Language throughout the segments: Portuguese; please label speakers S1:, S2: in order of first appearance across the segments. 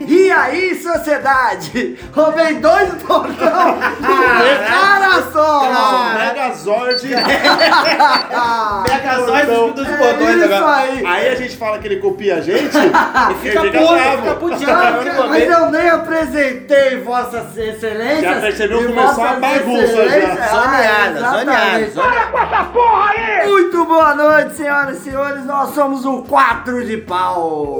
S1: E aí, sociedade? Roubei dois portão de um
S2: Ah,
S1: cara
S3: Ah,
S1: só!
S2: é.
S3: Megazord.
S2: Megazord
S3: Então,
S2: dos
S1: é
S2: botões
S1: isso
S2: agora.
S1: aí.
S3: Aí a gente fala que ele copia a gente e fica
S2: Fica
S3: bravo. Tá
S2: puto, fica putinho.
S1: Não,
S2: Eu não
S1: mas
S2: vou
S1: eu nem apresentei vossas excelências.
S3: é? Já percebeu
S1: e
S3: começou a
S1: vossas
S3: bagunça
S1: excelências-
S3: já.
S1: Ah,
S2: Zoneada, zoneada,
S1: exatamente.
S2: zoneada.
S1: Muito boa noite, senhoras e senhores. Nós somos o 4 de pau.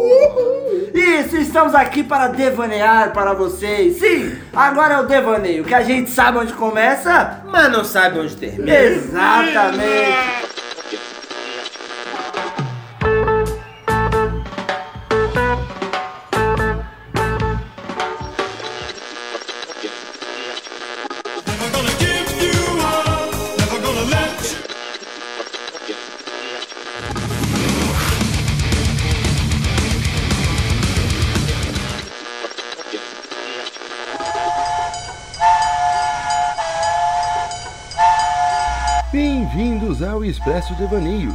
S1: Isso, estamos aqui para devanear para vocês. Sim, agora é o devaneio, que a gente sabe onde começa.
S2: Mas não sabe onde termina.
S1: Exatamente.
S4: Never gonna give you up, never gonna let you.
S5: Bem-vindos ao Expresso Devaneios.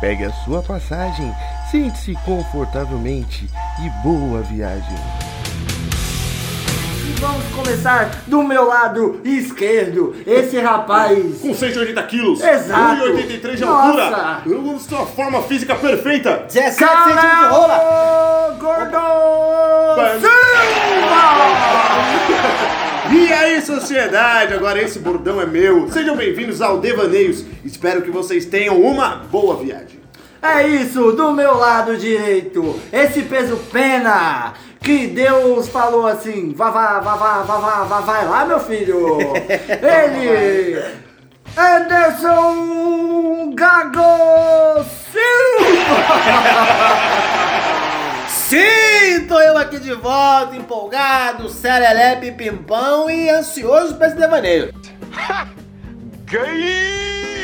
S5: Pegue a sua passagem, sente-se confortavelmente e boa viagem.
S1: E Vamos começar do meu lado esquerdo. Esse rapaz.
S3: Com 180 quilos,
S1: Exato.
S3: 1,83 de
S1: Nossa.
S3: altura, com sua forma física perfeita.
S2: 17 centímetros de rola.
S1: Calma, Gordon Silva!
S3: E aí, sociedade? Agora esse bordão é meu. Sejam bem-vindos ao Devaneios. Espero que vocês tenham uma boa viagem.
S1: É isso, do meu lado direito, esse peso pena que Deus falou assim: vá, vá, vá, vá, vá, vá, vá, vai lá, meu filho. Ele, Anderson Gago Silva.
S2: Sim, tô eu aqui de volta, empolgado, serelepe, pimpão e ansioso pra esse devaneio.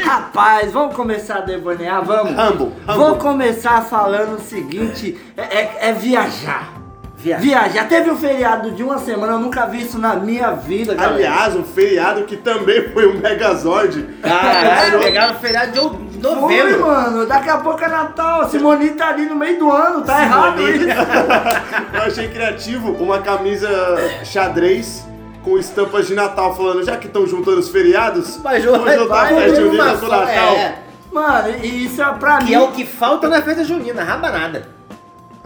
S1: Rapaz, vamos começar a devanear, vamos.
S3: Rambo, Rambo.
S1: Vou começar falando o seguinte: é, é- é viajar.
S2: Viajar.
S1: Viajar. Teve um feriado de uma semana, eu nunca vi isso na minha vida, galera.
S3: Aliás, um feriado que também foi um Megazord.
S2: Caralho, pegaram o feriado de ou- de
S1: Foi,
S2: novembro.
S1: mano. Daqui a pouco é Natal. Simoni tá ali no meio do ano. Tá errado isso.
S3: Eu achei criativo uma camisa xadrez com estampas de Natal falando, já que estão juntando os feriados,
S2: Vai juntar-
S3: vamos juntar
S2: vai
S3: a festa
S2: juntar
S3: junina
S2: uma
S3: do
S2: só,
S3: Natal.
S2: é.
S1: Mano, e isso é pra mim.
S2: Que é o que falta na festa junina, rabanada.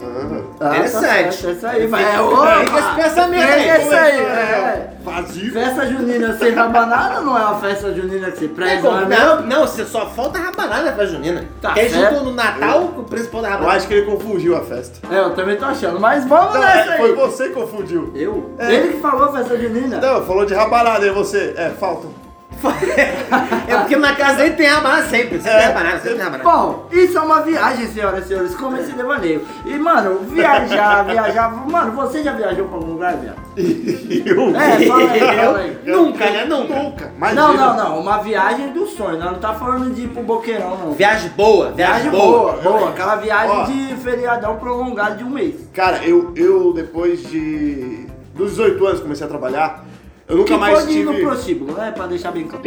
S1: Ah, tá
S2: interessante.
S1: certo, É isso aí, mas é
S2: Fica com esse pensamento aí.
S1: É isso aí.
S3: É,
S1: É.
S3: ó, Vazio.
S1: Festa junina sem rabanada não é uma festa junina que se preza,
S2: Não, é
S1: né?
S2: não, não, você só falta rabanada na festa junina.
S1: Tá
S2: Que aí
S1: certo.
S2: juntou no Natal com o principal da
S3: Eu
S2: rabanada.
S3: acho que ele confundiu a festa.
S1: É, eu também tô achando, mas vamos
S3: Não,
S1: nessa
S3: é,
S1: aí.
S3: foi você que confundiu.
S1: Eu?
S2: É.
S1: Ele que falou festa junina.
S3: Não, falou de rabanada, é você. É, falta.
S2: É porque na casa dele tem rabanada sempre. Sempre tem rabanada, sempre tem rabanada.
S1: Bom, isso é uma viagem, senhoras e senhores, como esse devaneio. E, mano, viajar, viajar. Mano, você já viajou pra algum lugar, viado?
S3: Eu?
S1: É, fala aí, fala aí.
S2: Nunca, né? Nunca.
S3: Nunca. Imagina.
S1: Não, não, não. Uma viagem do sonho. Nós não tá falando de ir pro boqueirão, não.
S2: Viagem boa, viagem,
S1: Viagem
S2: boa.
S1: boa, boa. Aquela viagem
S3: Ó.
S1: de feriadão prolongado de um mês.
S3: Cara, eu, eu depois de. dos 18 anos comecei a trabalhar. Eu nunca
S1: Que
S3: mais
S1: pode ir no
S3: tive.
S1: prostíbulo, né? Pra deixar bem claro.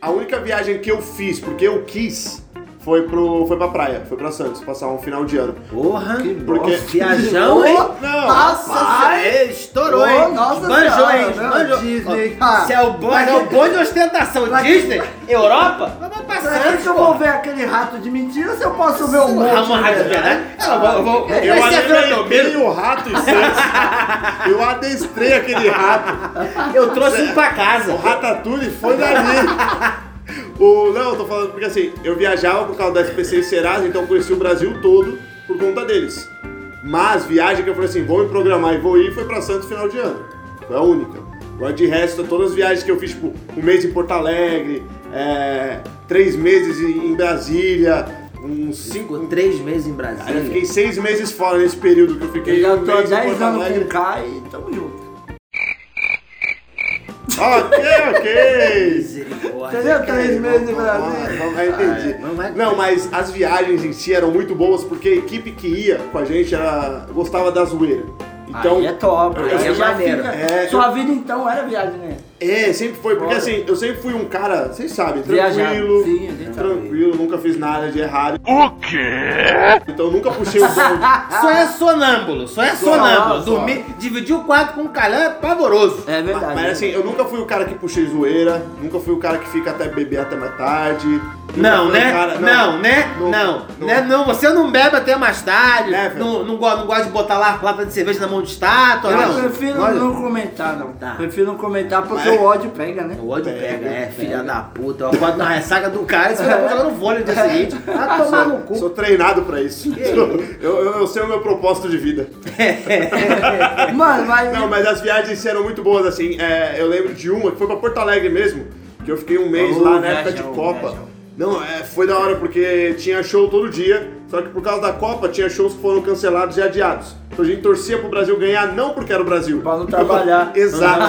S3: A única viagem que eu fiz, porque eu quis, foi, pro, foi pra praia, foi pra Santos, passar um final de ano.
S2: Porra.
S3: Porque.
S2: Viajão, hein?
S3: Não,
S2: Nossa,
S1: Rapaz.
S2: ele estourou, hein?
S1: Ô, nossa
S2: Esbanjou,
S1: senhora,
S2: hein?
S1: não,
S2: Esbanjou.
S1: Disney,
S2: Ó,
S1: cara.
S2: Se é o bonde, é o bonde de ostentação.
S1: Pra que-
S2: Disney, Europa, vai
S1: Será que
S2: passando.
S1: eu vou ver aquele rato de mentira se eu posso ver um monte?
S2: Ramon Rádio de verdade? né? Eu vou- eu vou-
S3: Eu
S2: vai ser
S3: alimentei
S2: frontopeiro.
S3: o rato em Santos. Eu adestrei aquele rato.
S2: Eu trouxe um pra casa.
S3: O Ratatouille foi dali. O, não, eu tô falando porque assim, eu viajava por causa da SPC e Serasa, então eu conheci o Brasil todo por conta deles. Mas viagem que eu falei assim, vou me programar e vou ir, foi pra Santos final de ano. Foi a única. Agora de resto, todas as viagens que eu fiz, tipo, um mês em Porto Alegre, é, três meses em em Brasília, uns cinco.
S2: Cinco, três meses
S3: Aí
S2: em
S3: eu
S2: Brasília.
S3: fiquei seis meses fora nesse período que eu
S1: Eu
S3: fiquei.
S1: já
S3: um
S1: tô há
S3: mês em
S1: 10
S3: Porto
S1: anos
S3: Alegre.
S1: com o Kai e tamo junto.
S3: Ok, ok.
S2: Misericórdia,
S1: Entendeu?
S2: cara.
S1: Três meses no
S3: Ah,
S1: Brasil.
S3: não, ah, entendi.
S2: Não vai-
S3: Não, mas as viagens em si eram muito boas porque a equipe que ia com a gente era, gostava da zoeira. Então,
S1: aí é top,
S3: eu-
S1: aí
S3: eu
S1: é
S3: sempre-
S1: maneiro.
S3: É,
S1: Sua vida então era viagem, né?
S3: É, sempre foi, porque
S1: Foda.
S3: assim, eu sempre fui um cara, vocês sabem,
S1: Viajado.
S3: tranquilo,
S1: Sim, a gente
S3: tranquilo, nunca fiz nada de errado. O quê? Então eu nunca puxei o bonde.
S2: Só é sonâmbulo, só é
S1: só.
S2: sonâmbulo. Dormir, dividir o quarto com o calhão é pavoroso.
S1: É verdade.
S3: Mas assim, eu nunca fui o cara que puxei zoeira, nunca fui o cara que fica até beber até mais tarde. nunca fui
S2: Não,
S3: o
S2: né?
S3: cara-
S2: não, né?
S3: não,
S2: Não,
S3: não.
S2: né? Não, você não bebe até mais tarde,
S3: É, velho.
S2: não, não, go- não gosta de botar lá a lata de cerveja na mão de estátua,
S1: eu
S2: não.
S1: prefiro
S2: Olha,
S1: não comentar, não.
S2: Tá.
S1: Prefiro não comentar porque
S3: Mas-
S1: o ódio pega, né?
S2: O ódio pega,
S3: Pega,
S2: é, filha da puta. Eu acordo na ressaca do cara e você vai jogando vôlei no dia seguinte. Vai tomar no cu.
S3: Sou treinado pra isso. Eu, eu, eu sei o meu propósito de vida.
S1: Mano, mas.
S3: Não, mas as viagens eram muito boas, assim. é, eu lembro de uma que foi pra Porto Alegre mesmo, que eu fiquei um mês
S1: Ô,
S3: lá na época de
S1: viajão,
S3: Copa.
S1: viajão.
S3: Não, é, foi da hora, porque tinha show todo dia, só que por causa da Copa tinha shows que foram cancelados e adiados. Então a gente torcia pro Brasil ganhar, não porque era o Brasil.
S1: Pra não trabalhar.
S3: Exato.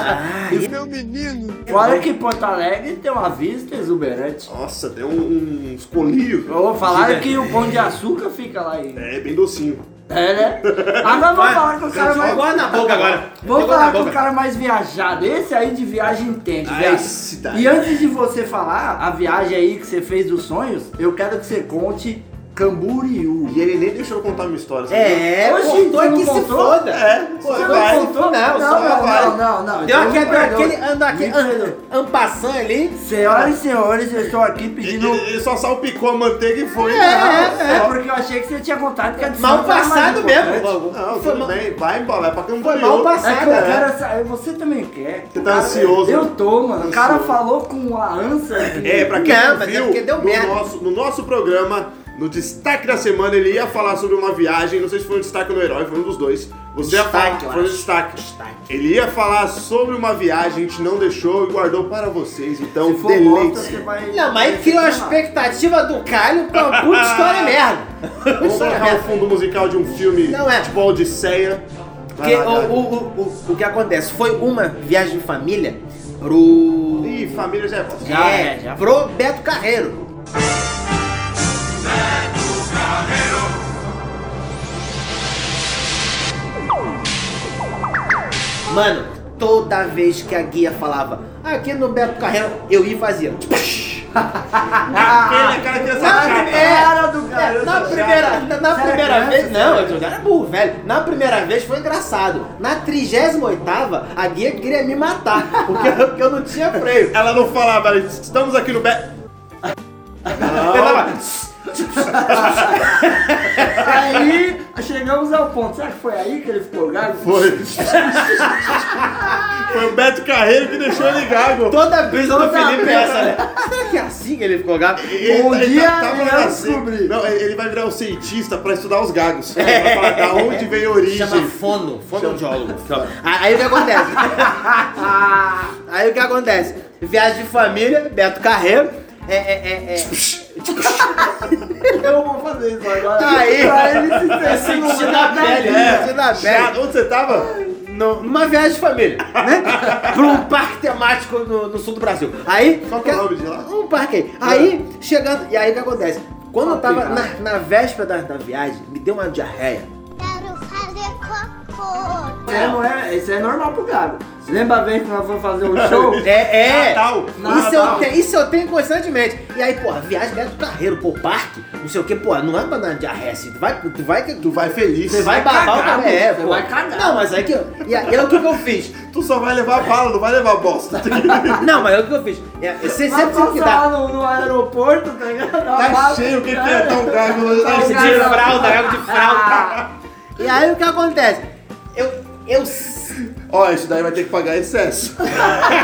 S1: Fora que Porto Alegre tem uma vista exuberante.
S3: Nossa, deu um, uns colírios.
S1: Ô, falaram que o pão de açúcar fica lá ainda.
S3: É, bem docinho.
S1: É, né? Agora vamos falar com o cara mais.
S2: Agora na boca agora.
S1: Vamos
S2: Jogou na
S1: falar com
S2: boca.
S1: o cara mais viajado. Esse aí de viagem entende,
S3: Ah,
S1: viado.
S3: esse daí.
S1: E antes de você falar a viagem aí que você fez dos sonhos, eu quero que você conte Camboriú.
S3: E ele nem deixou eu contar minha história. você viu?
S2: É,
S1: Oxi,
S2: contou
S1: você
S2: é
S1: não
S2: que se
S1: contou?
S2: foda.
S3: É,
S2: Pô,
S3: você
S1: Você
S3: vai.
S1: não contou? Não,
S3: só vai.
S1: não, não, não, não.
S2: Deu
S1: Então
S2: aquele,
S1: me perdoe.
S2: aquele, andou aquele,
S1: Me perdoe.
S2: an- ampassando ali.
S1: Senhoras e senhores, eu estou aqui pedindo...
S3: Ele, ele só salpicou a manteiga e foi. né?
S1: É,
S3: Não,
S1: porque eu achei que você tinha contado que a
S2: Mal
S1: distância era mais
S2: passado
S1: importante.
S2: mesmo.
S3: Não,
S2: Foi
S3: tudo
S2: mal-
S3: bem, vai embora, vai pra Camboriú.
S2: Foi mal passado,
S1: É que o
S3: É.
S1: cara... sa- Você também quer.
S3: Você tá ansioso.
S1: Eu tô, mano. O cara
S3: Ansioso.
S1: falou com a ânsia. de-
S3: É, pra quem
S2: Não,
S3: não,
S2: mas é
S3: viu,
S2: porque deu
S3: no,
S2: merda.
S3: Nosso, no nosso programa, no destaque da semana, ele ia falar sobre uma viagem, não sei se foi um destaque no herói, foi um dos dois. Você ia falar,
S2: Destaque, eu
S3: foi um
S2: acho.
S3: destaque.
S2: Destaque.
S3: Ele ia falar sobre uma viagem, a gente não deixou e guardou para vocês, então
S1: Se for morta, você
S3: deleite.
S1: vai...
S2: Não, mas criou a expectativa do Caio pra uma puta história merda.
S3: Vamos
S2: História
S3: colocar o
S2: merda.
S3: fundo musical de um filme,
S2: Não é.
S3: tipo Odisseia. Vai
S2: Porque
S3: lá,
S2: o,
S3: Gabi.
S2: o, o, o, o que acontece? Foi uma viagem de família pro.
S3: Ih, família já é fácil.
S1: Já
S2: é,
S1: é, já.
S2: pro Beto Carreiro. Mano, toda vez que a guia falava aqui no Beto Carreiro, eu ia e fazia. Ah!
S3: Aquele, é aquela criança chata.
S1: Era do cara,
S2: na
S1: essa
S2: primeira,
S1: chata.
S2: na, na
S1: Você era
S2: primeira
S1: criança,
S2: vez,
S1: você
S2: não,
S1: era
S2: eu já era burro, velho. Na primeira vez foi engraçado. Na 38 a guia queria me matar, porque, eu- porque eu não tinha freio.
S3: Ela não falava, ela disse, estamos aqui no Be...
S2: Eu tava,
S1: Aí chegamos ao ponto. Será que foi aí que ele ficou gago?
S3: Foi. Foi o Beto Carreiro que deixou ele gago.
S2: Toda brisa do
S1: Toda
S2: Felipe é
S1: brisa.
S2: essa, né? Será que é assim que ele ficou gago?
S3: Ele
S1: Bom
S3: tá- ele
S1: Um dia,
S3: tá- tá
S1: iremos
S3: falando assim.
S1: descobrir.
S3: Não, ele ele vai virar um cientista pra estudar os gagos.
S1: É.
S3: Vai falar da onde veio a origem.
S2: Chama fono, fonoaudiólogo. Aí aí o que acontece? Aí o que acontece? Viagem de família, Beto Carreiro. É, é, é, é.
S1: Eu vou fazer isso agora.
S2: Aí,
S1: Pra ele se
S2: é
S1: sentir no
S2: sentido
S1: lugar
S2: da pele, é.
S1: vida.
S2: sentido da
S3: Já-
S2: pele.
S3: onde você tava?
S2: No- numa viagem de família, né? pra um parque temático no, no sul do Brasil. Aí.
S3: Qual que é o nome de lá?
S2: Um parque aí. Aí, chegando. E aí o que acontece? Quando eu tava na, na véspera da, da viagem, me deu uma diarreia.
S6: Quero fazer cocô.
S1: Isso aí não é, isso aí é normal pro gago. Lembra a vez que nós fomos fazer um show?
S2: É, é.
S3: Natal.
S2: Isso,
S3: Natal.
S2: eu tenho, isso eu tenho constantemente. E aí, porra, viagem dentro do carreiro, pô, parque, não sei o que, porra, não é pra dar diarreia assim. Tu vai, tu vai, tu
S3: Tu vai feliz.
S2: vai babar
S1: cagar,
S2: o cara.
S1: mano,
S2: É,
S1: você
S2: pô.
S1: vai cagar.
S2: Não, mas aí que eu. E aí, o que que eu fiz?
S3: Tu só vai levar bala, não vai levar bosta. Tá
S2: Não, mas aí o que eu fiz? É, você
S1: Mas
S2: sempre tinha que
S1: passa
S2: dar.
S1: lá no, no aeroporto, tá ligado?
S3: Tá cheio, quem
S2: é?
S3: quer tá um gago lá
S1: Tá um
S3: nesse
S1: gago.
S3: dia.
S2: fralda, água de fralda. E aí o que acontece? Eu. Eu.
S3: Ó, isso daí vai ter que pagar excesso.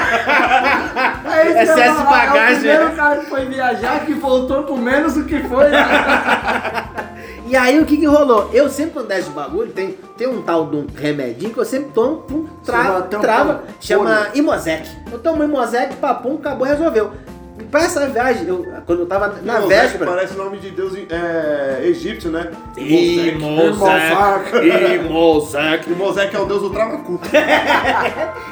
S1: É isso que eu
S2: Excesso de
S1: ia falar,
S2: bagagem.
S1: É o primeiro cara que foi viajar que voltou com menos do que foi. né?
S2: E aí o que que rolou? Eu sempre quando desce bagulho, tem, tem um tal de um remedinho que eu sempre tomo, pum, tra,
S1: Chama
S3: um
S1: tampão.
S2: trava, chama
S1: Olho.
S2: Imosec. Eu tomo Imosec, papum, acabou, resolveu. E pra essa viagem, eu, quando eu tava na
S3: Mosaico
S2: véspera...
S3: Parece o nome de deus é, egípcio, né?
S2: Imosec.
S3: E Mosaico é o deus do travacu.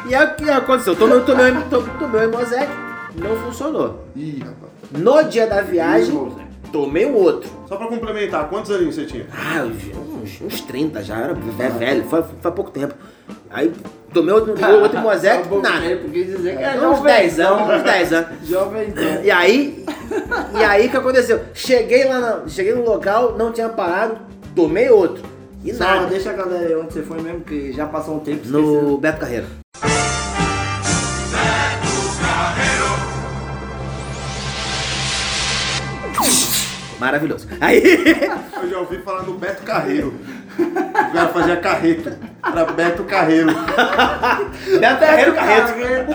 S2: E aí o que aconteceu? Eu tomei, tomei, tomei, tomei o Imosec, não funcionou.
S3: Ih, rapaz.
S2: No dia da viagem,
S3: Imosec.
S2: Tomei o outro.
S3: Só pra complementar, quantos aninhos você tinha?
S2: Ah, uns, uns 30 já, era velho, velho foi, foi há pouco tempo. Aí tomei outro, outro
S1: É
S2: mosaico,
S1: um bom
S2: nada.
S1: tempo, quis dizer que é
S2: uns
S1: jovem.
S2: 10 anos, uns 10 anos.
S1: Jovem então.
S2: E aí, e aí o que aconteceu? Cheguei lá, na- cheguei no local, não tinha parado, tomei outro. E
S1: Só
S2: nada.
S1: deixa a galera aí onde você foi mesmo, que já passou um tempo esqueceu.
S2: No Beto Carreiro. Maravilhoso. Aí,
S3: Eu já ouvi falar no Beto Carreiro. O cara fazia carreto. Era Beto Carreiro.
S2: Beto Carreiro, Carreiro.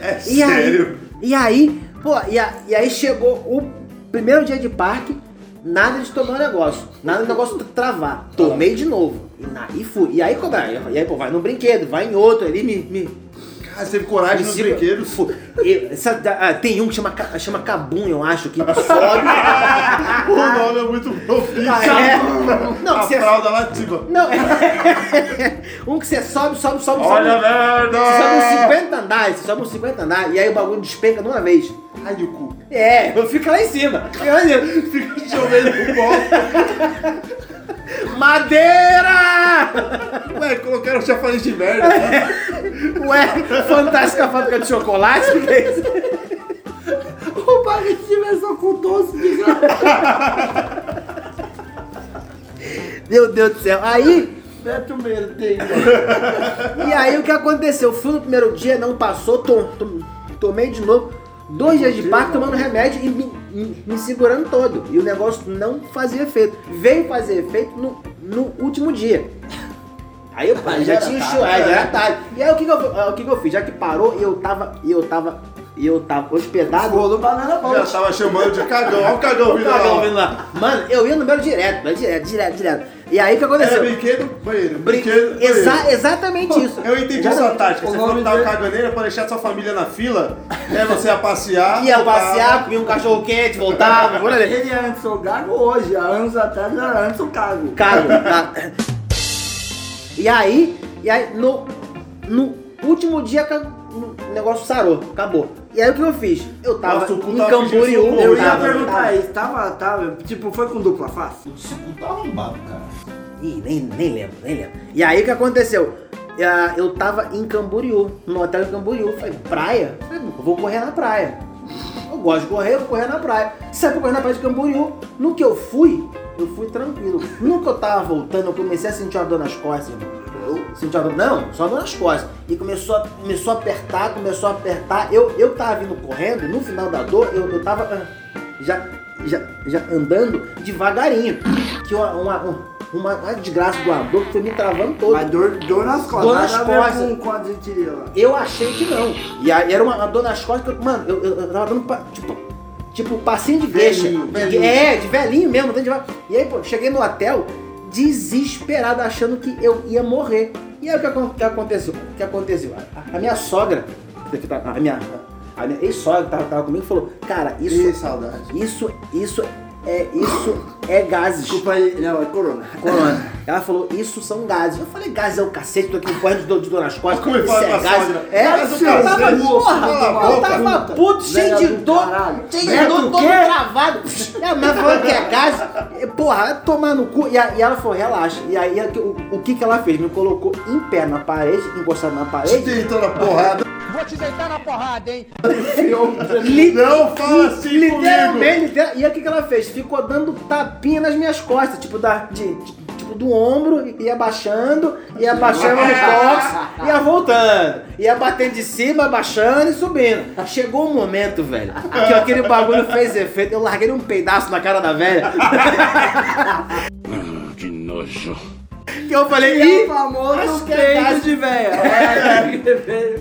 S3: É
S2: E aí-
S3: sério.
S2: E aí, pô, e, a- e aí chegou o primeiro dia de parque, nada de tomar o negócio, nada do negócio tra- travar. Tomei de novo. E, na, e fui. E aí, cobrar. E aí, pô, vai num brinquedo, vai em outro, ele me. me
S3: Cara, você teve coragem nos
S2: segura.
S3: brinquedos.
S2: Fu- e essa- ah, tem um que chama, Ca- chama Cabum, eu acho, que sobe.
S3: O nome é muito profundo.
S2: Ah, é? Não,
S3: a
S2: você-
S3: fralda lá de cima.
S2: Não, é. um que você sobe, sobe, sobe,
S3: Olha a
S2: sobe. Você sobe uns
S3: merda!
S2: 50 andares, você sobe uns 50 andares, e aí o bagulho despenca de uma vez.
S3: Ai, o cu.
S2: É, eu fico lá em cima. Eu-
S3: Fica chovendo pro golpe.
S2: Madeira!
S3: Ué, colocaram chafariz de merda.
S2: É.
S3: né?
S2: Ué, fantástica fábrica de chocolate? que é isso?
S1: O parque de diversão com doce de graça.
S2: Meu Deus do céu. Aí,
S1: Beto Merdeiro.
S2: e aí o que aconteceu? Fui no primeiro dia, não passou, tom- tom- tomei de novo. Dois dias de parto tomando remédio e me, me- me segurando todo. E o negócio não fazia efeito. Veio fazer efeito no, no último dia. Aí eu pá, já tinha chorado, já era tarde. E aí o que, que eu, o que, que eu fiz? Já que parou, eu tava. Eu tava. Eu tava hospedado.
S1: Rolou banana boa.
S3: Já tava chamando de cagão. Olha o cagão vindo
S2: Cagão
S3: lá.
S2: vindo lá. Mano, eu ia no banheiro direto, mas direto, direto, direto. E aí o que
S3: Era
S2: aconteceu?
S3: É, brinquedo, banheiro.
S2: Brin-
S3: Brinquedo, banheiro.
S2: Exa- exatamente isso.
S3: Eu entendi a sua
S2: Exatamente.
S3: tática.
S1: O
S3: Você
S1: nome
S3: falou que tava
S1: dele-
S3: caganeira pra deixar sua família na fila. É você ia passear.
S2: Ia
S3: voltava.
S2: passear, comia um cachorro quente, voltava, por ali.
S1: Ele é Anderson Gago hoje, há anos atrás era Anderson Gago.
S2: Caro, tá? E aí, e aí no, no último dia ca- no- o negócio sarou, acabou. E aí o que eu fiz? Eu tava
S3: Nossa, o cu
S2: em
S3: tava
S2: Camboriú.
S3: pedindo
S1: Eu ia
S3: Tava,
S1: perguntar isso, tava, tava, tipo, foi com dupla face?
S7: Esse cu tá arrombado, cara.
S2: Ih, nem, nem lembro, nem lembro. E aí o que aconteceu? Ah, Eu tava em Camboriú, no hotel em Camboriú. Falei, praia? Falei, eu vou correr na praia. Eu gosto de correr, eu vou correr na praia. Saí pra correr na praia de Camboriú. No que eu fui, eu fui tranquilo. No que eu tava voltando, eu comecei a sentir uma dor nas costas, irmão. Eu senti uma dor, não, só dor nas costas. E começou a, começou a apertar, começou a apertar. Eu, eu tava vindo correndo, no final da dor, eu, eu tava ah, já já, já andando devagarinho. Que uma, uma, uma, uma desgraça do Ador que foi me travando todo.
S1: Mas dor, dor nas costas.
S2: Dor nas
S1: nada a ver
S2: costas.
S1: Com, com a dentiria lá.
S2: Eu achei que não. E aí era uma, uma dor nas costas que eu, mano, eu, eu- eu tava dando pa- tipo, tipo passinho de gueixa.
S1: Velhinho,
S2: De-
S1: velhinho.
S2: É, de velhinho mesmo, dando de va- E aí, pô, cheguei no hotel desesperado, achando que eu ia morrer. E aí o que, acon- que aconteceu? O que aconteceu? A, a minha sogra, que tá- a minha, a minha ex-sogra que tava, tava comigo falou, cara, isso.
S3: Ih, saudade.
S2: Isso, isso é, isso é gases.
S1: Desculpa aí, não, é corona.
S2: Corona. Ela falou, isso são gases. Eu falei, gases é o cacete, tô aqui correndo de dor, de dor nas costas.
S3: Como ele
S2: isso
S3: fala
S2: é
S3: com a
S2: gases.
S3: sogra?
S2: É,
S3: Gases do
S2: eu tava,
S3: cacete,
S2: porra,
S1: a
S3: cala
S2: eu
S1: boca,
S2: tava
S1: puta.
S2: puto, cheio de
S1: Velha do
S2: dor,
S1: caralho.
S2: cheio de
S1: Velha
S2: dor,
S1: do
S2: todo
S1: quê?
S2: travado. E a minha falando que é gases. E, Porra, vai tomar no cu. E, a- e ela falou, relaxa. E aí, ela- o, o que que ela fez? Me colocou em pé na parede, encostado na
S3: Te
S2: parede.
S3: deitou na porrada.
S2: Li-
S3: Não fala assim comigo.
S2: Literalmente, literal- e aí o que, que ela fez? Ficou dando tapinha nas minhas costas, tipo, da, de- de- tipo do ombro, e ia abaixando, e abaixando no box, ia voltando. Ia batendo de cima, abaixando e subindo. Chegou um momento, velho, que aquele bagulho fez efeito, eu larguei um pedaço na cara da velha.
S8: Ah, Que nojo.
S2: Que eu falei,
S1: É
S2: ih,
S1: o famoso
S2: acho que é
S1: peito
S2: gases.
S1: de véia.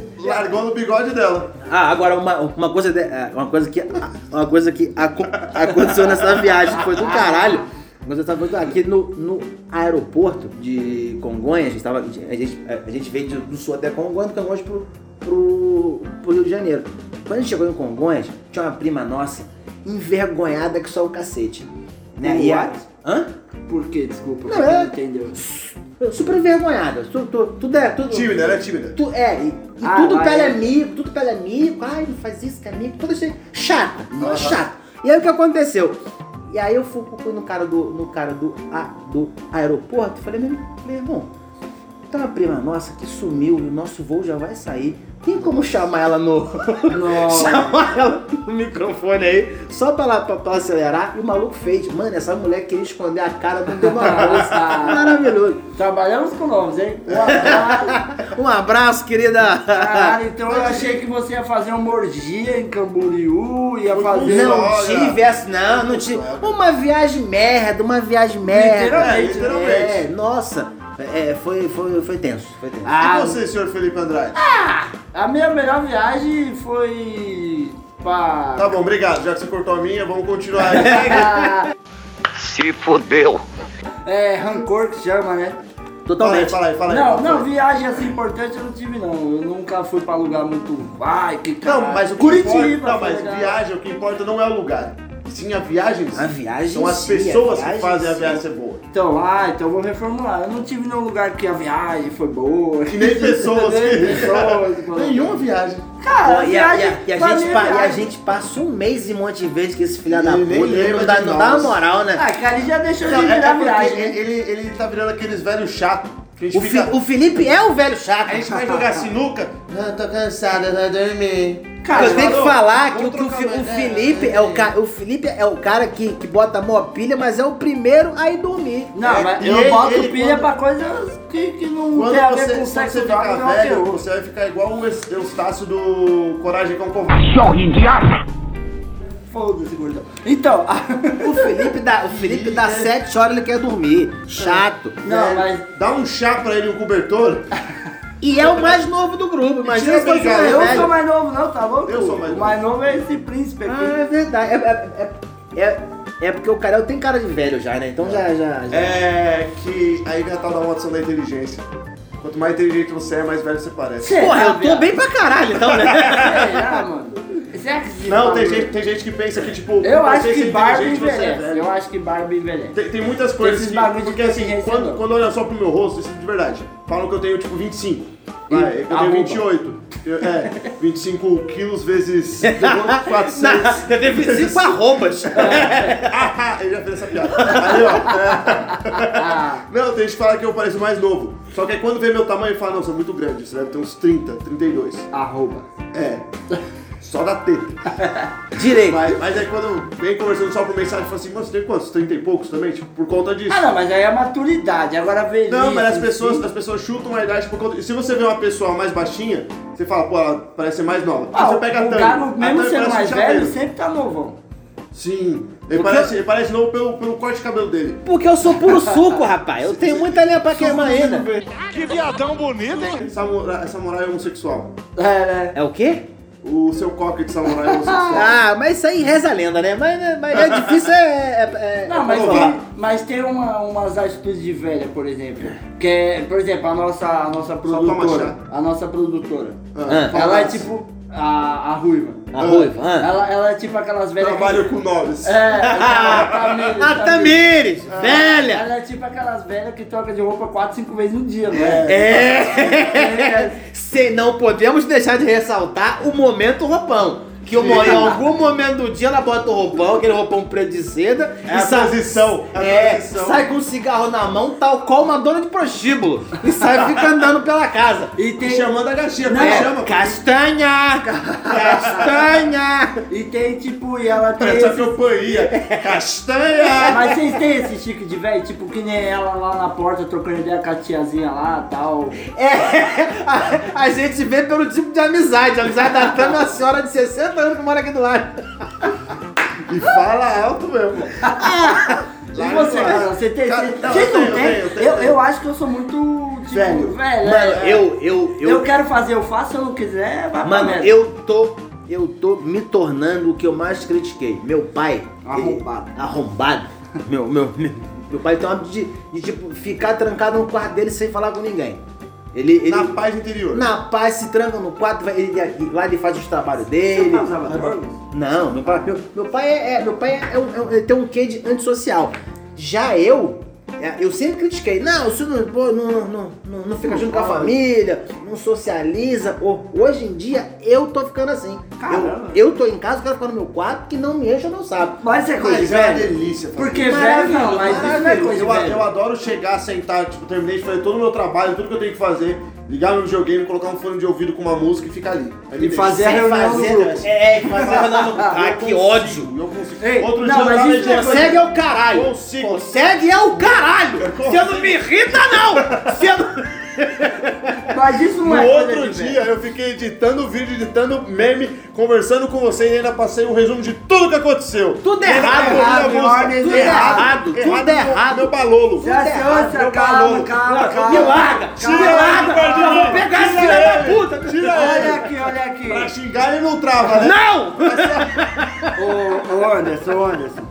S1: É,
S3: Largou no bigode dela.
S2: Ah, agora uma, uma coisa de- é, uma coisa que uma coisa que aco- aconteceu nessa viagem que foi do caralho. Mas eu tava aqui no, no aeroporto de Congonha, a gente, tava, a gente, a gente veio de- do sul até Congonha, do Congonhas pro, pro, pro Rio de Janeiro. Quando a gente chegou em Congonhas, tinha uma prima nossa envergonhada que só o cacete. Né? E a-
S1: What?
S2: Hã?
S1: É. Por quê? Desculpa,
S2: Não,
S1: você não
S2: é-
S1: entendeu.
S2: Super envergonhada. Tu, tu- tudo é. Tudo,
S3: Tímida, ela é tímida.
S2: Tu, é, e, e
S1: Ah,
S2: tudo
S1: lá
S2: pra ela
S1: é.
S2: é amigo, tudo pra ela é amigo, ai, não faz isso que é amigo, toda cheia. Chata, não chata. E aí o que aconteceu? E aí eu fui, fui no cara do, no cara do, a- do aeroporto e falei, meu, meu irmão, tem uma prima nossa que sumiu e o nosso voo já vai sair. Tem como chamar ela no. chamar ela no microfone aí, só pra, ela- pra, pra acelerar. E o maluco fez. Mano, essa mulher queria esconder a cara do meu Maravilhoso.
S1: Trabalhamos com nomes, hein? Um abraço.
S2: Um abraço, querida.
S1: Caralho, então eu achei que você ia fazer uma orgia em Camboriú, ia fazer...
S2: Não
S3: Olha.
S2: tive essa, não, não tive. Uma viagem merda, uma viagem merda.
S1: Literalmente,
S3: literalmente.
S2: É, nossa, é, foi, foi, foi tenso, foi tenso.
S1: Ah,
S3: E você, senhor Felipe Andrade?
S1: a minha melhor viagem foi pra...
S3: Tá bom, obrigado. Já que você cortou a minha, vamos continuar. aí.
S2: Tá
S7: Se fudeu.
S1: É, rancor que chama, né?
S3: fala aí,
S2: Totalmente.
S3: fala aí, fala aí.
S1: Não,
S3: Qual
S1: não,
S3: foi?
S1: viagem assim importante eu não tive não. Eu nunca fui pra lugar muito vai, que cara.
S3: Não, mas o que
S1: Curitiba, tá
S3: importa, não,
S1: foi né?
S3: mas
S1: legal.
S3: viagem, o que importa não é o lugar. Sim, a viagem. em si.
S2: A viagem
S3: São Então, as
S2: em si, a
S3: pessoas que
S2: viagem
S3: fazem
S2: em
S3: a
S2: si.
S3: é viagem ser boa.
S1: Então, ah, então eu vou reformular. Eu não tive nenhum lugar que a viagem foi boa.
S3: E nem pessoas
S1: Nem
S3: que.
S1: pessoas, mano.
S3: Nenhuma viagem.
S1: Cara,
S2: Pô, e, Ah, a, e a- e a
S1: pra mim,
S2: gente, pa- e a
S1: viagem-
S2: gente passa um mês e um monte de vezes com esse filho da
S3: Ele nem
S2: puta. ele
S3: lembra
S2: Não dá,
S3: de
S2: não dá uma
S3: nós.
S2: moral, né?
S1: Ah, cara, ele já deixou
S3: Não,
S1: de
S3: é, é
S1: virar
S3: porque
S1: viagem. né?
S3: ele, ele, ele tá virando aqueles velhos chatos. Que a gente
S2: o, Fi-
S3: fica.
S2: o Felipe é o velho chato.
S3: A gente vai jogar sinuca. Ah, tô cansada, vai dormir.
S1: Cara,
S2: eu tenho que
S3: falou,
S2: falar que,
S3: vamos
S2: o, que o, Fi-
S3: trocar
S2: o
S3: mais- é,
S2: Felipe é,
S3: é,
S2: o cara, o Felipe é o cara que, que bota a mó pilha, mas é o primeiro a ir dormir.
S1: Não,
S3: É,
S1: mas
S3: e
S1: eu
S3: ele-
S1: boto
S3: ele
S1: pilha
S3: quando-
S1: pra coisas que, que não
S3: Quando
S1: tem a
S3: você,
S1: ver com
S3: quando você
S1: sexo,
S3: ficar
S1: droga e
S3: velho,
S1: alterou.
S3: você vai ficar igual o Eus- Eustácio do Coragem com Covarde.
S1: Foda-se, gordão. Então,
S2: O Felipe dá, o Felipe dá sete horas ele quer dormir. Chato.
S1: não, mas
S3: Dá um chá pra ele, um cobertor.
S2: E é o mais novo do grupo, mas
S3: tira
S2: se fosse
S3: obrigado,
S2: mais
S3: eu
S1: Eu
S2: velho-
S1: sou mais novo, não, tá louco?
S3: Eu sou mais
S1: O mais novo é esse príncipe
S2: Ah,
S1: aqui.
S2: é verdade. É, é, é, é- é porque o Carel tem cara de velho já, né? Então já. já, já.
S3: É que aí já tá na maldição da inteligência. Quanto mais inteligente você é, mais velho você parece.
S1: Cê
S2: Porra,
S1: tá,
S2: eu tô
S1: viado?
S2: bem pra caralho, então, né?
S1: Será, é mano? Será que esse
S3: Não, tem
S1: bagulho-
S3: gente, tem gente que pensa que, tipo,
S1: Eu
S3: por
S1: acho
S3: você
S1: que
S3: ser
S1: Barbie
S3: inteligente, você é
S1: envelhece.
S3: velho.
S1: Eu acho que Barbie envelhece.
S3: Tem, tem muitas coisas
S1: Esses
S3: que,
S1: bagulho de
S3: porque assim,
S1: inteligência
S3: quando,
S1: não.
S3: quando olham só pro meu rosto, isso de verdade, falam que eu tenho tipo 25. Vai, eu tenho
S1: arroba.
S3: 28. Eu, é, 25 quilos vezes 400.
S2: Você teve cinco arrobas.
S3: Ah, ele já fez essa piada. Aí,
S1: Ah,
S3: ó. É. Não, tem gente que fala que eu pareço mais novo. Só que aí quando vê meu tamanho, fala, não, sou muito grande. Você deve ter uns 30, 32.
S1: Arroba.
S3: É. Só da teta.
S2: Direito.
S3: Mas, mas aí quando vem conversando só por mensagem, fala assim, mano, você tem quantos? 30 e poucos também? Tipo, por conta disso.
S1: Ah, não, mas aí é maturidade. Agora velhice.
S3: Não, mas as pessoas,
S1: enfim.
S3: as pessoas chutam a idade por conta. e Se você vê uma pessoa mais baixinha, você fala, pô, ela parece ser mais nova.
S1: Ah,
S3: você pega a
S1: o
S3: Tânia.
S1: Galo,
S3: a
S1: mesmo
S3: Tânia
S1: sendo
S3: parece um
S1: mais
S3: chapéu.
S1: velho, sempre tá novão.
S3: Sim. Ele parece, ele parece novo pelo, pelo corte de cabelo dele.
S2: Porque eu sou puro suco, rapaz. Eu tenho muita linha pra queimar ainda.
S4: Que viadão bonito, hein?
S3: Samurai, samurai homossexual.
S1: É, né?
S2: É o quê?
S3: O seu coque de samurai é homossexual.
S2: Ah, mas isso aí reza a lenda, né? Mas, né, mas é difícil, é. é- é-
S1: Não, mas
S3: Vamos lá.
S1: tem, mas tem uma, umas atitudes de velha, por exemplo. Que é, por exemplo, a nossa, a nossa
S3: toma
S1: produtora. A nossa produtora.
S3: Ah,
S2: Ah,
S1: Ela é
S3: fala-
S1: tipo a, a ruiva.
S2: A ruiva, ah.
S1: Ela, ela é tipo aquelas velhas. que-
S3: Trabalho Ah, com nomes.
S1: É, a
S2: A Ah, Tamires, velha!
S1: Ela é tipo aquelas velhas que troca de roupa 4, 5 vezes no dia, né?
S3: É.
S2: É! Se não podemos deixar de ressaltar o momento roupão. Que o mo- em algum momento do dia ela bota o roupão, aquele roupão preto de seda.
S3: É a
S2: sa-
S3: transição, é a
S2: É,
S3: transição.
S2: sai com um cigarro na mão, tal qual uma dona de prostíbulo. E sai fica andando pela casa. É,
S1: E tem,
S3: E chamando a gatinha, como
S1: Não,
S3: é chama?
S2: Castanha! Castanha!
S1: e tem tipo, e ela tem
S3: Essa
S1: esse...
S3: companhia. Castanha!
S1: Mas vocês têm esse chique de velho, tipo, que nem ela lá na porta trocando ideia com a tiazinha lá e tal.
S2: É, a, a gente vê pelo tipo de amizade. A amizade da Tami é uma senhora de 60 anos que mora aqui do lado.
S3: E fala alto mesmo.
S1: E você, cara, você tem.
S3: Cara,
S1: Você
S3: não,
S1: vocês não
S3: eu tenho, eu
S1: tem?
S3: tenho, eu
S1: Eu,
S3: tenho.
S1: eu acho que eu sou muito tipo,
S3: Velho.
S1: velho.
S2: Mano,
S1: é.
S2: eu, eu, eu.
S1: eu, quero fazer, eu faço, se eu não quiser, vai pra
S2: mano,
S1: merda.
S2: eu tô. Eu tô me tornando o que eu mais critiquei. Meu pai.
S1: Arrombado.
S2: ele- arrombado. Meu, meu, meu, meu pai tem o hábito de, de, tipo, ficar trancado no quarto dele sem falar com ninguém. Ele. ele
S3: Na paz interior.
S2: na paz, se tranca no quarto, vai- ele, ele- lá ele faz os trabalhos dele.
S1: pai usava drogas?
S2: Não, é meu pai, meu, meu pai, é, é- meu pai é, um- é um- ele tem um quê de antissocial. Já eu, É, Eu sempre critiquei. Não, isso não, pô, não, não, não, não- não fica junto com a família, não socializa. Pô, hoje em dia eu tô ficando assim.
S1: Caramba.
S2: Eu, eu tô em casa, o cara fica no meu quarto que não me enche, eu não sabe.
S1: Mas é coisa de
S3: Mas é uma
S1: velho.
S3: delícia. Ah, fazer
S1: Porque velho não, mas isso não é coisa
S3: eu,
S1: de velho.
S3: eu adoro chegar, sentar, tipo, terminei de fazer todo o meu trabalho, tudo que eu tenho que fazer, ligar meu videogame, colocar um fone de ouvido com uma música e ficar ali. Aí me
S1: E
S3: deixa.
S1: fazer a reunião no grupo.
S2: É, fazer a reunião no
S3: Ah, que ódio! Não consigo.
S1: Ei,
S3: Outro
S1: não,
S3: dia
S1: mas
S3: eu tava
S1: isso
S3: mexendo-
S2: Consegue é o caralho.
S3: Consigo.
S2: Consegue é o caralho. Você não me irrita, não. Você não...
S1: Mas isso não
S3: No
S1: é coisa
S3: outro
S1: de velho.
S3: dia eu fiquei editando vídeo, editando meme, conversando com vocês e ainda passei um resumo de tudo que aconteu.
S2: Tudo
S3: Ainda
S2: errado,
S3: ouvi a
S1: errado,
S3: música.
S1: em ordem
S3: tudo
S1: errada.
S3: errado,
S2: Tudo errado.
S3: Meu balolo.
S1: Já se ouça,
S3: meu
S1: calma,
S3: balolo.
S1: calma, calma.
S2: Me larga.
S3: Tira
S2: me
S3: ele,
S2: larga.
S3: Fernando.
S2: Eu vou pegar esse filho da puta.
S3: Tira
S1: Olha
S3: ele.
S1: aqui, olha aqui.
S3: Pra xingar ele não trava, né?
S2: Não.
S1: Ô, ô Anderson, ô, Anderson.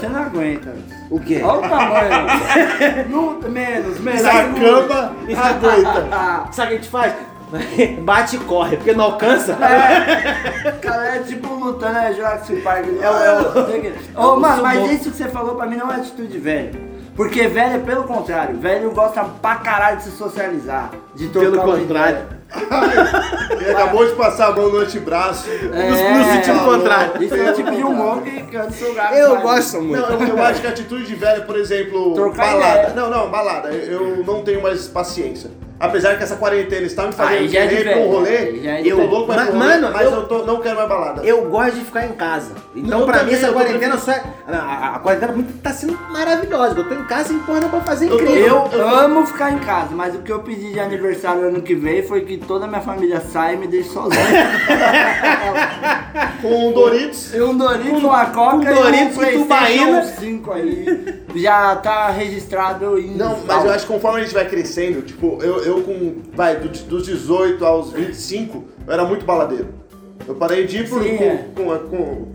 S1: Você não aguenta.
S2: Ah. O quê?
S1: Olha o tamanho. Não- menos, menos. Ah,
S3: Sacamba e aguenta.
S2: Sabe o que a gente faz? Bate e corre, porque não alcança.
S1: É, cara, é tipo luta, né? Jurassic Park. É, o- é, o- Ô, mano, mas isso que você falou pra mim não é atitude velha. Porque velho é pelo contrário. Velho gosta pra caralho de se socializar. De
S2: Pelo
S1: trocar uma
S2: contrário.
S1: ideia.
S3: Ele acabou de passar a mão no antebraço.
S1: É.
S2: no sentido contrário.
S1: Isso é o tipo de humor que que antes eu gasto, sabe?
S3: Não, eu, eu acho que a atitude de velho, por exemplo,
S1: Trocar
S3: balada.
S1: ideia.
S3: Não, não, balada. Eu eu não tenho mais paciência. Apesar que essa quarentena está me fazendo
S1: Aí já é
S3: querer ir
S1: de
S3: pra um
S1: velho,
S3: rolê,
S1: aí já é de
S3: eu
S1: velho.
S3: louco vai pro
S2: Ma-
S3: rolê,
S2: mano,
S3: mas eu,
S2: eu
S3: tô- não quero mais balada.
S2: Eu gosto de ficar em casa. Então,
S3: Eu
S2: pra
S3: também,
S2: mim, essa
S3: eu
S2: quarentena só é. A, a- a quarentena pra mim tá sendo maravilhosa. Eu tô em casa sem porra nenhuma pra fazer
S3: Eu tô-
S2: incrível.
S1: Eu
S3: Eu-
S1: amo ficar em casa, mas o que eu pedi de aniversário ano que vem foi que toda a minha família saia e me deixe sozinho.
S3: Com um Doritos,
S1: E um Doritos, uma Coca
S2: um Doritos,
S1: e um
S2: um Tubaína.
S1: 5 aí. Já tá registrado em...
S3: Não, mas eu acho que conforme a gente vai crescendo, tipo, eu, eu com. Vai, do- dos 18 aos 25, eu era muito baladeiro. Eu parei de ir por,
S1: Sim,
S3: com,
S1: é.
S3: com, com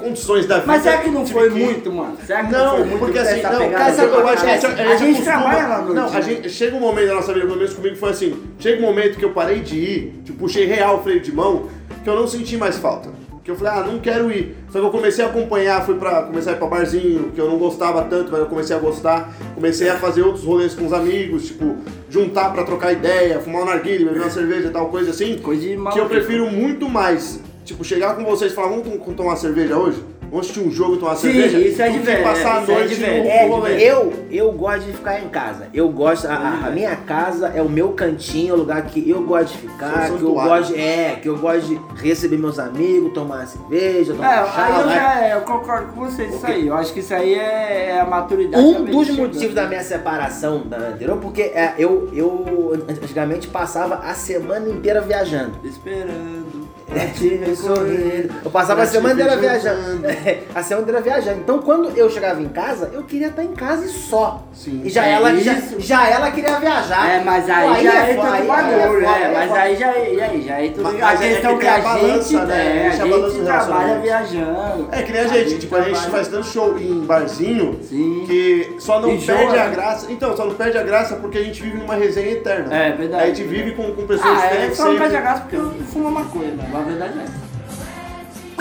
S3: condições da vida.
S1: Mas será que não
S3: Tive
S1: foi muito, mano? Será que não,
S3: Não,
S1: foi muito
S3: porque
S1: dessa
S3: assim, não,
S1: pegada?
S3: cara, sabe, eu acho que é?
S1: a,
S3: a gente, a gente
S1: gente
S3: acostuma-
S1: trabalha lá à noite.
S3: Não, a
S1: né?
S3: gente, chega um momento da nossa vida, pelo menos comigo foi assim, chega um momento que eu parei de ir, tipo, puxei real o freio de mão, que eu não senti mais falta. Que eu falei, ah, não quero ir. Só que eu comecei a acompanhar, fui pra, comecei a ir pra barzinho, que eu não gostava tanto, mas eu comecei a gostar. Comecei a fazer outros rolês com os amigos, tipo, juntar pra trocar ideia, fumar um narguilha, beber uma cerveja, tal coisa assim.
S1: Coisa de
S3: que eu
S1: maluco.
S3: prefiro muito mais, tipo, chegar com vocês e falar, vamos tom- tomar cerveja hoje? Vamos assistir um jogo e tomar
S1: Sim,
S3: cerveja?
S1: isso é
S3: do
S1: de
S3: que
S1: velho,
S3: passar a
S1: isso é de
S3: noite tipo, no
S1: velho.
S2: É,
S3: rolê.
S2: eu, eu gosto de ficar em casa. Eu gosto. A, a- a minha casa é o meu cantinho, é o lugar que eu gosto de ficar,
S3: Seu
S2: que eu
S3: santuário.
S2: gosto. É, que eu gosto de receber meus amigos, tomar uma cerveja,
S1: É,
S2: tomar um chá.
S1: aí eu,
S3: né?
S2: vai.
S1: já, eu concordo com vocês isso aí. Eu acho que isso aí é, é a maturidade.
S2: Um
S1: também
S2: dos
S1: chegando.
S2: motivos da minha separação da anterior, porque é, eu, eu antigamente passava a semana inteira viajando.
S1: Esperando.
S2: É, tive sorrindo. Eu passava a semana inteira viajando. É, a semana inteira viajando. Então quando eu chegava em casa, eu queria estar em casa e só.
S3: Sim.
S2: E já,
S1: É
S2: ela, já,
S1: isso.
S2: já ela queria viajar.
S1: É, mas aí,
S2: Pô,
S1: já
S2: é
S1: entra
S2: foda,
S1: no
S2: aí
S1: bagulho,
S2: foda,
S1: é,
S2: aí
S1: mas
S2: foda.
S1: aí já, e aí, já entra
S3: Mas-
S1: tudo. A
S3: mas é que
S1: questão que
S3: tem
S1: a,
S3: a balança,
S1: gente,
S3: né?
S1: né, a
S3: Deixa a balança
S1: gente
S3: do
S1: trabalha
S3: relacionamento.
S1: viajando.
S3: É que nem a gente, tipo, a gente
S1: trabalha-
S3: faz tanto show em barzinho
S1: Sim.
S3: que só não
S1: Enjoa,
S3: perde a
S1: né?
S3: graça. Então, só não perde a graça porque a gente vive numa resenha eterna.
S1: É, verdade.
S3: A gente vive com, com pessoas
S1: Ah, é
S3: diferentes.
S1: só não
S3: sempre.
S1: perde a graça porque eu fumo maconha, né? Na verdade é. essa.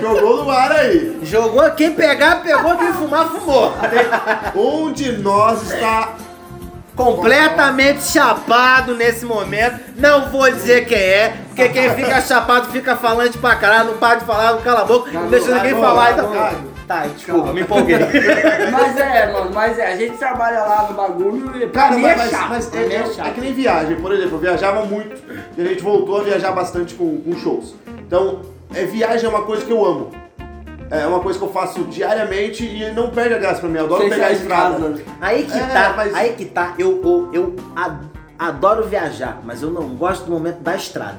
S3: Jogou no ar aí.
S2: Jogou, quem pegar, pegou, quem fumar, fumou.
S3: Onde nós está.
S2: Completamente chapado nesse momento. Não vou dizer quem é, porque quem fica chapado fica falante pra caralho, não para de falar, não cala a boca,
S1: Tá
S2: não deixa ninguém
S3: calou,
S2: falar. Então...
S3: calou.
S2: Tá, desculpa, me empolguei.
S1: Mas é, mano, mas é, a gente trabalha lá no bagulho e pra
S3: Cara,
S1: mim
S3: mas,
S1: é
S3: mas,
S1: chato.
S3: mas
S1: pra
S3: é,
S1: mim
S3: é- é que nem viagem, por exemplo, eu viajava muito e a gente voltou a viajar bastante com, com shows. Então, é, viagem é uma coisa que eu amo. É uma coisa que eu faço diariamente e não perde a graça pra mim. Eu adoro
S1: Sem
S3: pegar a
S1: sair de
S3: estrada.
S1: casa. né?
S2: Aí que
S3: É,
S2: tá,
S3: mas-
S2: aí que tá. Eu, eu, eu a- adoro viajar, mas eu não gosto do momento da estrada.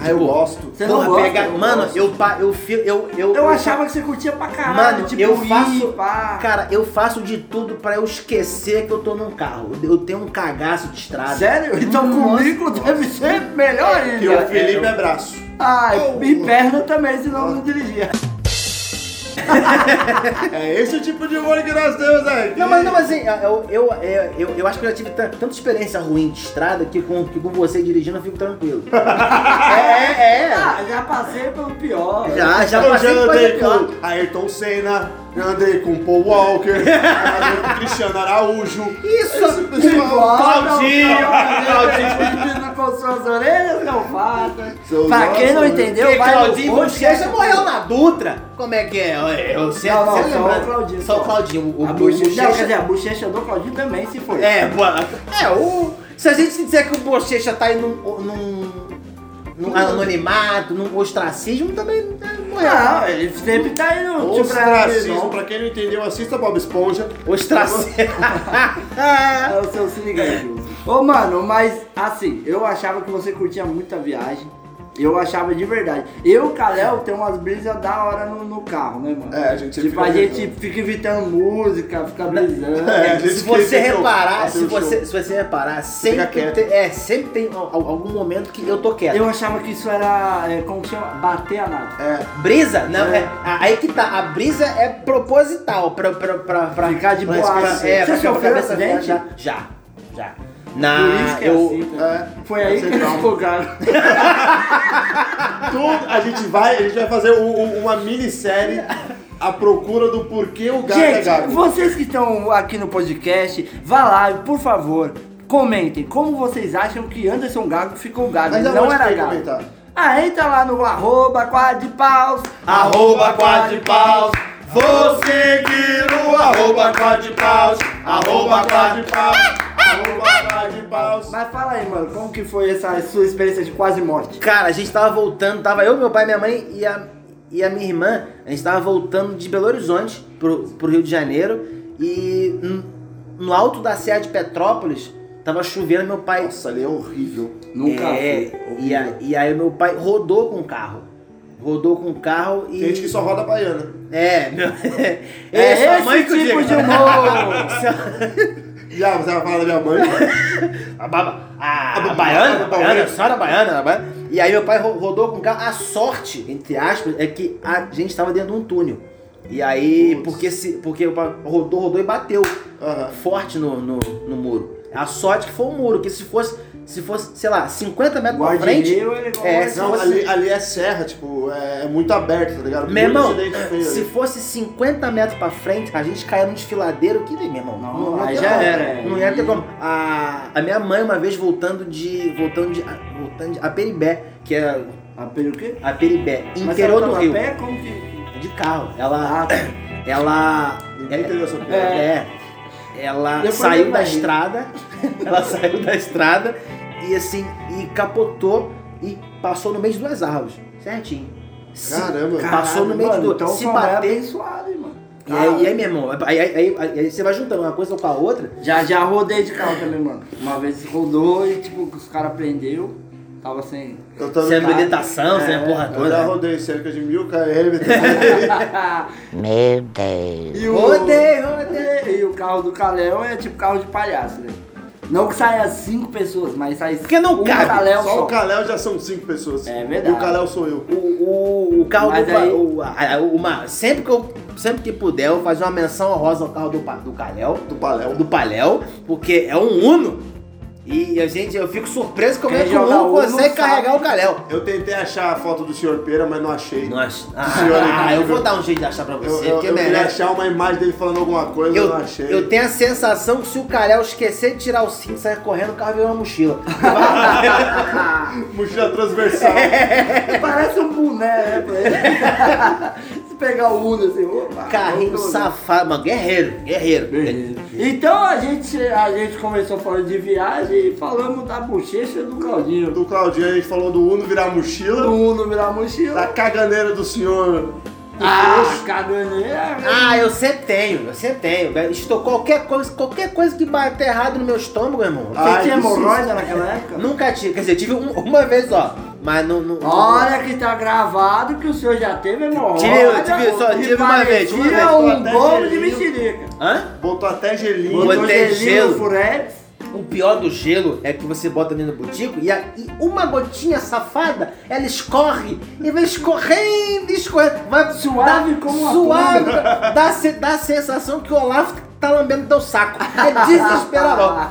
S3: Ah, eu gosto.
S1: Você não gosta?
S2: pega.
S1: Eu
S2: mano,
S1: gosto.
S2: eu, pa- eu, fi- eu, eu,
S1: Eu achava que você curtia pra caralho.
S2: Mano,
S1: tipo,
S2: eu
S1: ir,
S2: faço.
S1: pá.
S2: Cara, eu faço de tudo pra eu esquecer que eu tô num carro. Eu eu tenho um cagaço de estrada.
S1: Sério? Então
S2: Nossa.
S1: comigo deve ser melhor ainda.
S3: Que o Felipe
S1: né?
S3: é braço.
S1: Ah,
S3: Oh.
S1: e perna também, senão eu não dirigia.
S3: É esse o tipo de humor que nós temos aqui.
S2: Não, mas não, mas assim, eu, eu, eu, eu, eu acho que eu já tive tan- tanta experiência ruim de estrada que com, que com você dirigindo eu fico tranquilo. é, é, é.
S1: Ah, já passei pelo pior.
S2: Já, já
S3: eu já
S2: passei por coisa
S3: andei
S2: pior.
S3: com Ayrton Senna, Eu andei com o Paul Walker, andei com o Cristiano Araújo.
S2: Isso,
S3: Esse pessoal.
S2: Claudinho,
S1: Claudinho. Não com suas orelhas, não fata.
S3: Seus
S1: Pra quem não
S3: olhos.
S1: entendeu,
S2: Porque
S1: vai
S2: Claudinho
S1: no post.
S2: Bochecha morreu né? na Dutra. Como é que é? Eu, eu, você,
S1: Não, não,
S2: você
S1: só
S2: lembra?
S1: o Claudinho,
S2: Só
S1: só.
S2: o Claudinho. O,
S1: A
S2: o
S1: bochecha, é não, quer dizer,
S2: Bochecha...
S1: a bochecha do Claudinho também se foi.
S2: É, boa. É, o... Se a gente disser que o Bochecha tá aí num... num num anonimato, num ostracismo, também é, morreu.
S1: Não, ele sempre tá indo tipo, pra
S3: Ostracismo, pra quem não entendeu, assista Bob Esponja.
S2: Ostracismo.
S1: É o seu se liga aí, Júlio. Ô, mano, mas assim, eu achava que você curtia muito a viagem. Eu achava de verdade. Eu, Kalel, tem umas brisas da hora no, no carro, né, mano?
S3: É, a gente
S1: Tipo,
S3: fica
S1: a gente
S3: brisando.
S1: fica evitando música, fica brisando.
S3: É, a gente
S2: se você
S3: esqueceu que eu
S2: reparar,
S3: passei
S2: se
S3: o
S2: você,
S3: show.
S2: se você reparar, sempre
S3: quieto.
S2: tem, é, sempre tem al- al- algum momento que eu tô quieto.
S1: Eu achava que isso era, é, como que chama? Bater a nave.
S3: É,
S2: Brisa? Não, é. a- aí que tá. A brisa é proposital pra, pra, pra, pra
S1: Ficar de
S2: pra-
S1: boaça.
S2: pra- É,
S1: Você
S2: pra
S1: sofreu
S2: sua cabeça
S1: acidente?
S2: viajar. Já, já.
S1: Por
S2: Na,
S1: isso que é
S2: eu,
S1: assim, tá?
S3: é.
S1: Foi aí que
S3: Sem
S1: eles
S3: trauma.
S1: fogaram.
S3: Tudo, a gente vai, a gente vai fazer um- um- uma minissérie à procura do porquê o gato é
S1: Gente,
S3: gato.
S1: vocês que estão aqui no podcast, vá lá, e, por favor, comentem como vocês acham que Anderson Gago ficou gago.
S3: Mas
S1: Ele
S3: aonde
S1: não era
S3: que tem
S1: gago.
S3: comentário?
S1: Ah, entra lá no arroba quad paus.
S3: Arroba quatro paus, vou seguir o arroba quatro paus, arroba quatro paus, arroba quatro paus.
S1: Mas fala aí, mano, como que foi essa sua experiência de quase morte?
S2: Cara, a gente tava voltando, tava eu, meu pai, minha mãe e a, e a minha irmã. A gente tava voltando de Belo Horizonte pro, pro Rio de Janeiro e n- no alto da Serra de Petrópolis tava chovendo, meu pai.
S3: Nossa, ele é horrível.
S1: Nunca
S2: é,
S1: fui.
S2: e, a- e aí meu pai rodou com o carro. Rodou com o carro e.
S3: Tem gente que só roda baiana.
S2: É, meu. É,
S1: É
S2: sua
S1: esse
S2: mãe que eu
S1: tipo
S2: digo.
S1: de humor.
S3: Já, você vai falar da minha mãe?
S2: A, baba, a, a
S3: baba-
S2: baiana, a
S3: a
S2: baiana,
S3: baiana.
S2: a senhora baiana, a baiana. E aí meu pai ro- rodou com o carro. A sorte, entre aspas, é que a gente estava dentro de um túnel. E aí,
S3: Putz.
S2: porque, se, porque o pai rodou, rodou e bateu
S3: Aham.
S2: forte no, no, no muro. A sorte que foi um muro, que se fosse, se fosse, sei lá, 50 metros pra frente,
S1: Guardirio, ele
S2: É,
S1: é,
S2: se
S3: Não,
S2: fosse-
S3: ali, ali é serra, tipo, é, é muito aberto, tá ligado?
S2: Meu
S3: Muito
S2: irmão,
S3: acidente feio
S2: se
S3: ali.
S2: fosse 50 metros pra frente, a gente caia num desfiladeiro que, meu irmão, não, não,
S1: Aí
S2: tem
S1: já
S2: como.
S1: era,
S2: Não
S1: é.
S2: ia ter como. A, a minha mãe, uma vez, voltando de. voltando de. voltando de Aperibé, que é
S1: A pelo quê?
S2: Aperibé,
S1: Mas ela
S2: interior do
S1: tava a
S2: Rio.
S1: Pé, como que...
S2: De carro. Ela. Ela.
S3: Ninguém entendeu essa piada.
S2: É. Ela
S1: Depois
S2: saiu
S1: eu
S2: da
S1: imagino.
S2: estrada. ela saiu da estrada e assim. E capotou e passou no meio de duas árvores. Certinho. Se-
S3: Caramba.
S2: Passou no meio de
S1: mano,
S2: duas.
S1: então
S2: se
S1: sua mãe é
S2: bater.
S1: abençoada, hein, mano.
S2: E aí, e aí, meu irmão, aí, aí- aí- aí você vai juntando uma coisa com a outra.
S1: Já, já rodei de carro também, mano. Uma vez rodou e, tipo, os caras prendeu. Tava sem...
S3: Eu também-
S2: Sem habilitação, sem a é porra
S3: É, Eu já
S2: toda.
S3: rodei cerca de mil km.
S7: Meu Deus.
S1: E
S2: Rodei, rodei.
S1: E o carro do Caléu é tipo carro de palhaço, né? Não que saia cinco pessoas, mas sai
S2: Porque não
S1: um
S2: cabe,
S1: Caléu
S3: Só
S1: só.
S3: o Kalel já são cinco pessoas.
S1: É verdade.
S3: E o Kalel sou eu.
S2: O, o, o carro
S1: Mas
S2: do pa-
S1: aí-
S2: o- a- a- uma, sempre que eu sempre que puder, eu faço uma menção honrosa ao carro do, pa- do Calhel,
S3: Do Paléu.
S2: do Palhel, porque é um Uno. E a gente, eu fico surpreso como
S1: Quem
S2: é que o
S1: joga
S2: Uno
S1: Uno
S2: consegue
S1: sabe.
S2: carregar o Calhel.
S3: Eu tentei achar a foto do senhor Pera, mas não achei.
S2: Nossa,
S3: Senhora
S2: ah, eu
S3: incrível.
S2: vou dar um jeito de achar pra
S3: Eu,
S2: você,
S3: eu,
S2: porque
S3: eu queria
S2: merece.
S3: achar uma imagem dele falando alguma coisa, eu,
S2: Eu,
S3: não achei.
S2: eu tenho a sensação que se o Calhau esquecer de tirar o cinto e sair correndo, o carro vira uma mochila.
S3: Mochila transversal.
S1: Parece um boné, né? pra ele? Se pegar o Uno assim, opa.
S2: Carrinho
S1: voltou, né?
S2: safado, mano. Guerreiro, guerreiro.
S1: Beleza. Então a gente, a gente começou falando de viagem e falamos da bochecha do Claudinho.
S3: Do Claudinho, a gente falou do Uno virar
S1: Do
S3: mochila.
S1: Uno virar mochila.
S3: Da caganeira do senhor.
S1: Ah, caganeira.
S2: Ah, eu sempre tenho, eu sempre tenho. velho. Estou qualquer coisa, qualquer coisa que bater errado no meu estômago, irmão.
S3: Ah,
S1: Você tinha
S3: que susto.
S1: hemorroida naquela época?
S2: Nunca tive, quer dizer, tive um- uma vez só, mas não. não
S1: Olha que tá gravado que o senhor já teve hemorroida.
S2: Tive- eu tive- só
S1: e
S2: tive uma vez, uma
S1: parecia
S2: vez,
S3: tô
S1: um
S3: até
S1: bolo de
S3: gelinho.
S1: mexerica.
S2: Hã?
S3: Botou até gelinho.
S2: Botou-
S1: Botou
S2: tem
S1: gelinho
S2: gelo.
S1: no Furex.
S2: O pior do gelo é que você bota ali no botico e, a- e uma gotinha safada, ela escorre e vai escorrendo, escorrendo. Vai
S1: Suave
S2: dá-
S1: como uma
S2: Suave, dá, se- dá a sensação que o Olaf tá lambendo teu saco. É
S1: Ah,
S2: desesperador.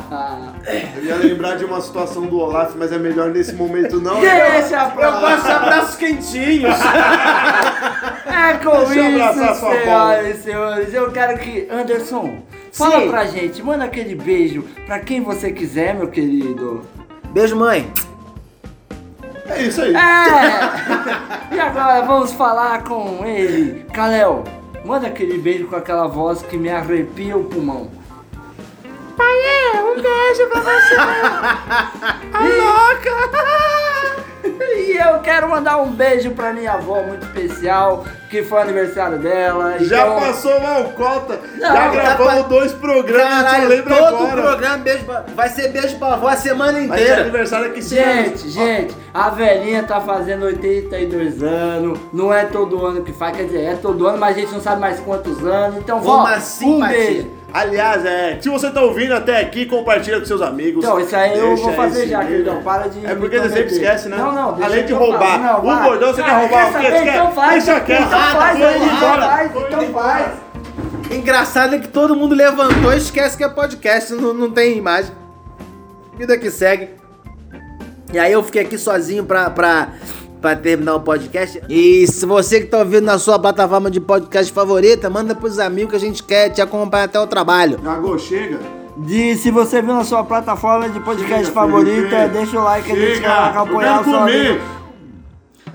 S3: Eu ia lembrar de uma situação do Olaf, mas é melhor nesse momento não. Então,
S1: Deixa pra
S2: Então, Eu gosto de
S1: lá.
S2: abraços quentinhos.
S1: É com
S3: Deixa eu abraçar
S1: isso,
S3: sua
S1: senhoras e senhores. Eu quero que. Anderson, fala
S2: Sim.
S1: pra gente, manda aquele beijo pra quem você quiser, meu querido.
S2: Beijo, mãe.
S3: É isso aí.
S1: É! e agora vamos falar com ele, Kalel. Manda aquele beijo com aquela voz que me arrepia o pulmão. Pai, um beijo pra você. A louca! E eu quero mandar um beijo pra minha avó muito especial, que foi aniversário dela.
S3: Já
S1: então-
S3: passou mal cota,
S1: Não,
S3: já
S1: tá
S3: gravamos dois programas, a gente
S2: Caralho,
S3: lembra
S2: todo
S3: agora.
S2: programa beijo pra... vai ser beijo pra avó a semana
S3: Mas é
S2: inteira.
S3: aniversário aqui sim.
S1: Gente, gente, a velhinha tá fazendo 82 anos, não é todo ano que faz, quer dizer, é todo ano, mas a gente não sabe mais quantos anos, então
S2: Vó,
S1: vó,
S2: uma
S1: um
S2: simpatia.
S1: beijo.
S3: Aliás, é, se você tá ouvindo até aqui, compartilha com seus amigos.
S1: Então, isso aí eu vou
S3: Deixa
S1: fazer
S3: esse
S1: já,
S3: e-mail.
S1: queridão, para de
S3: É
S1: me
S3: porque você sempre
S1: prometer.
S3: esquece, né?
S1: Não, não, deixa
S3: Além de
S1: eu falar.
S3: roubar.
S1: Não,
S3: o
S1: vai.
S3: bordão você
S1: Ah,
S3: quer roubar
S1: quer
S3: o quê?
S1: saber?
S3: Você quer?
S1: Então faz.
S3: Deixa quieto.
S1: Então faz,
S3: Foi ele
S1: então
S3: embora.
S1: faz,
S3: Foi
S1: então
S3: ele
S1: faz.
S3: embora.
S2: Engraçado é que todo mundo levantou e esquece que é podcast, não, não tem imagem. Vida que segue. E aí eu fiquei aqui sozinho pra, pra, pra terminar o podcast. E se você que tá ouvindo na sua plataforma de podcast favorita, manda pros amigos que a gente quer te acompanhar até o trabalho.
S3: Jagô, chega.
S1: De, se você viu na sua plataforma de podcast
S3: Chega,
S1: favorita,
S3: Felipe.
S1: deixa o like, a gente
S3: Chega.
S1: vai lá
S3: Eu
S1: apoiar
S3: quero
S1: o seu
S3: comer.
S1: amigo.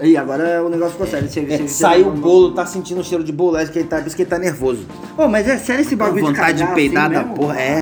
S1: Ih, agora o negócio ficou sério, chega, chega.
S2: É, saiu o
S1: chega.
S2: bolo, é tá sentindo o cheiro de bolo, acho que ele tá, por isso que ele tá nervoso.
S1: Ô, mas é sério esse bagulho de
S2: vontade de
S1: cagar
S2: peidar
S1: assim
S2: da
S1: mesmo?
S2: porra, é.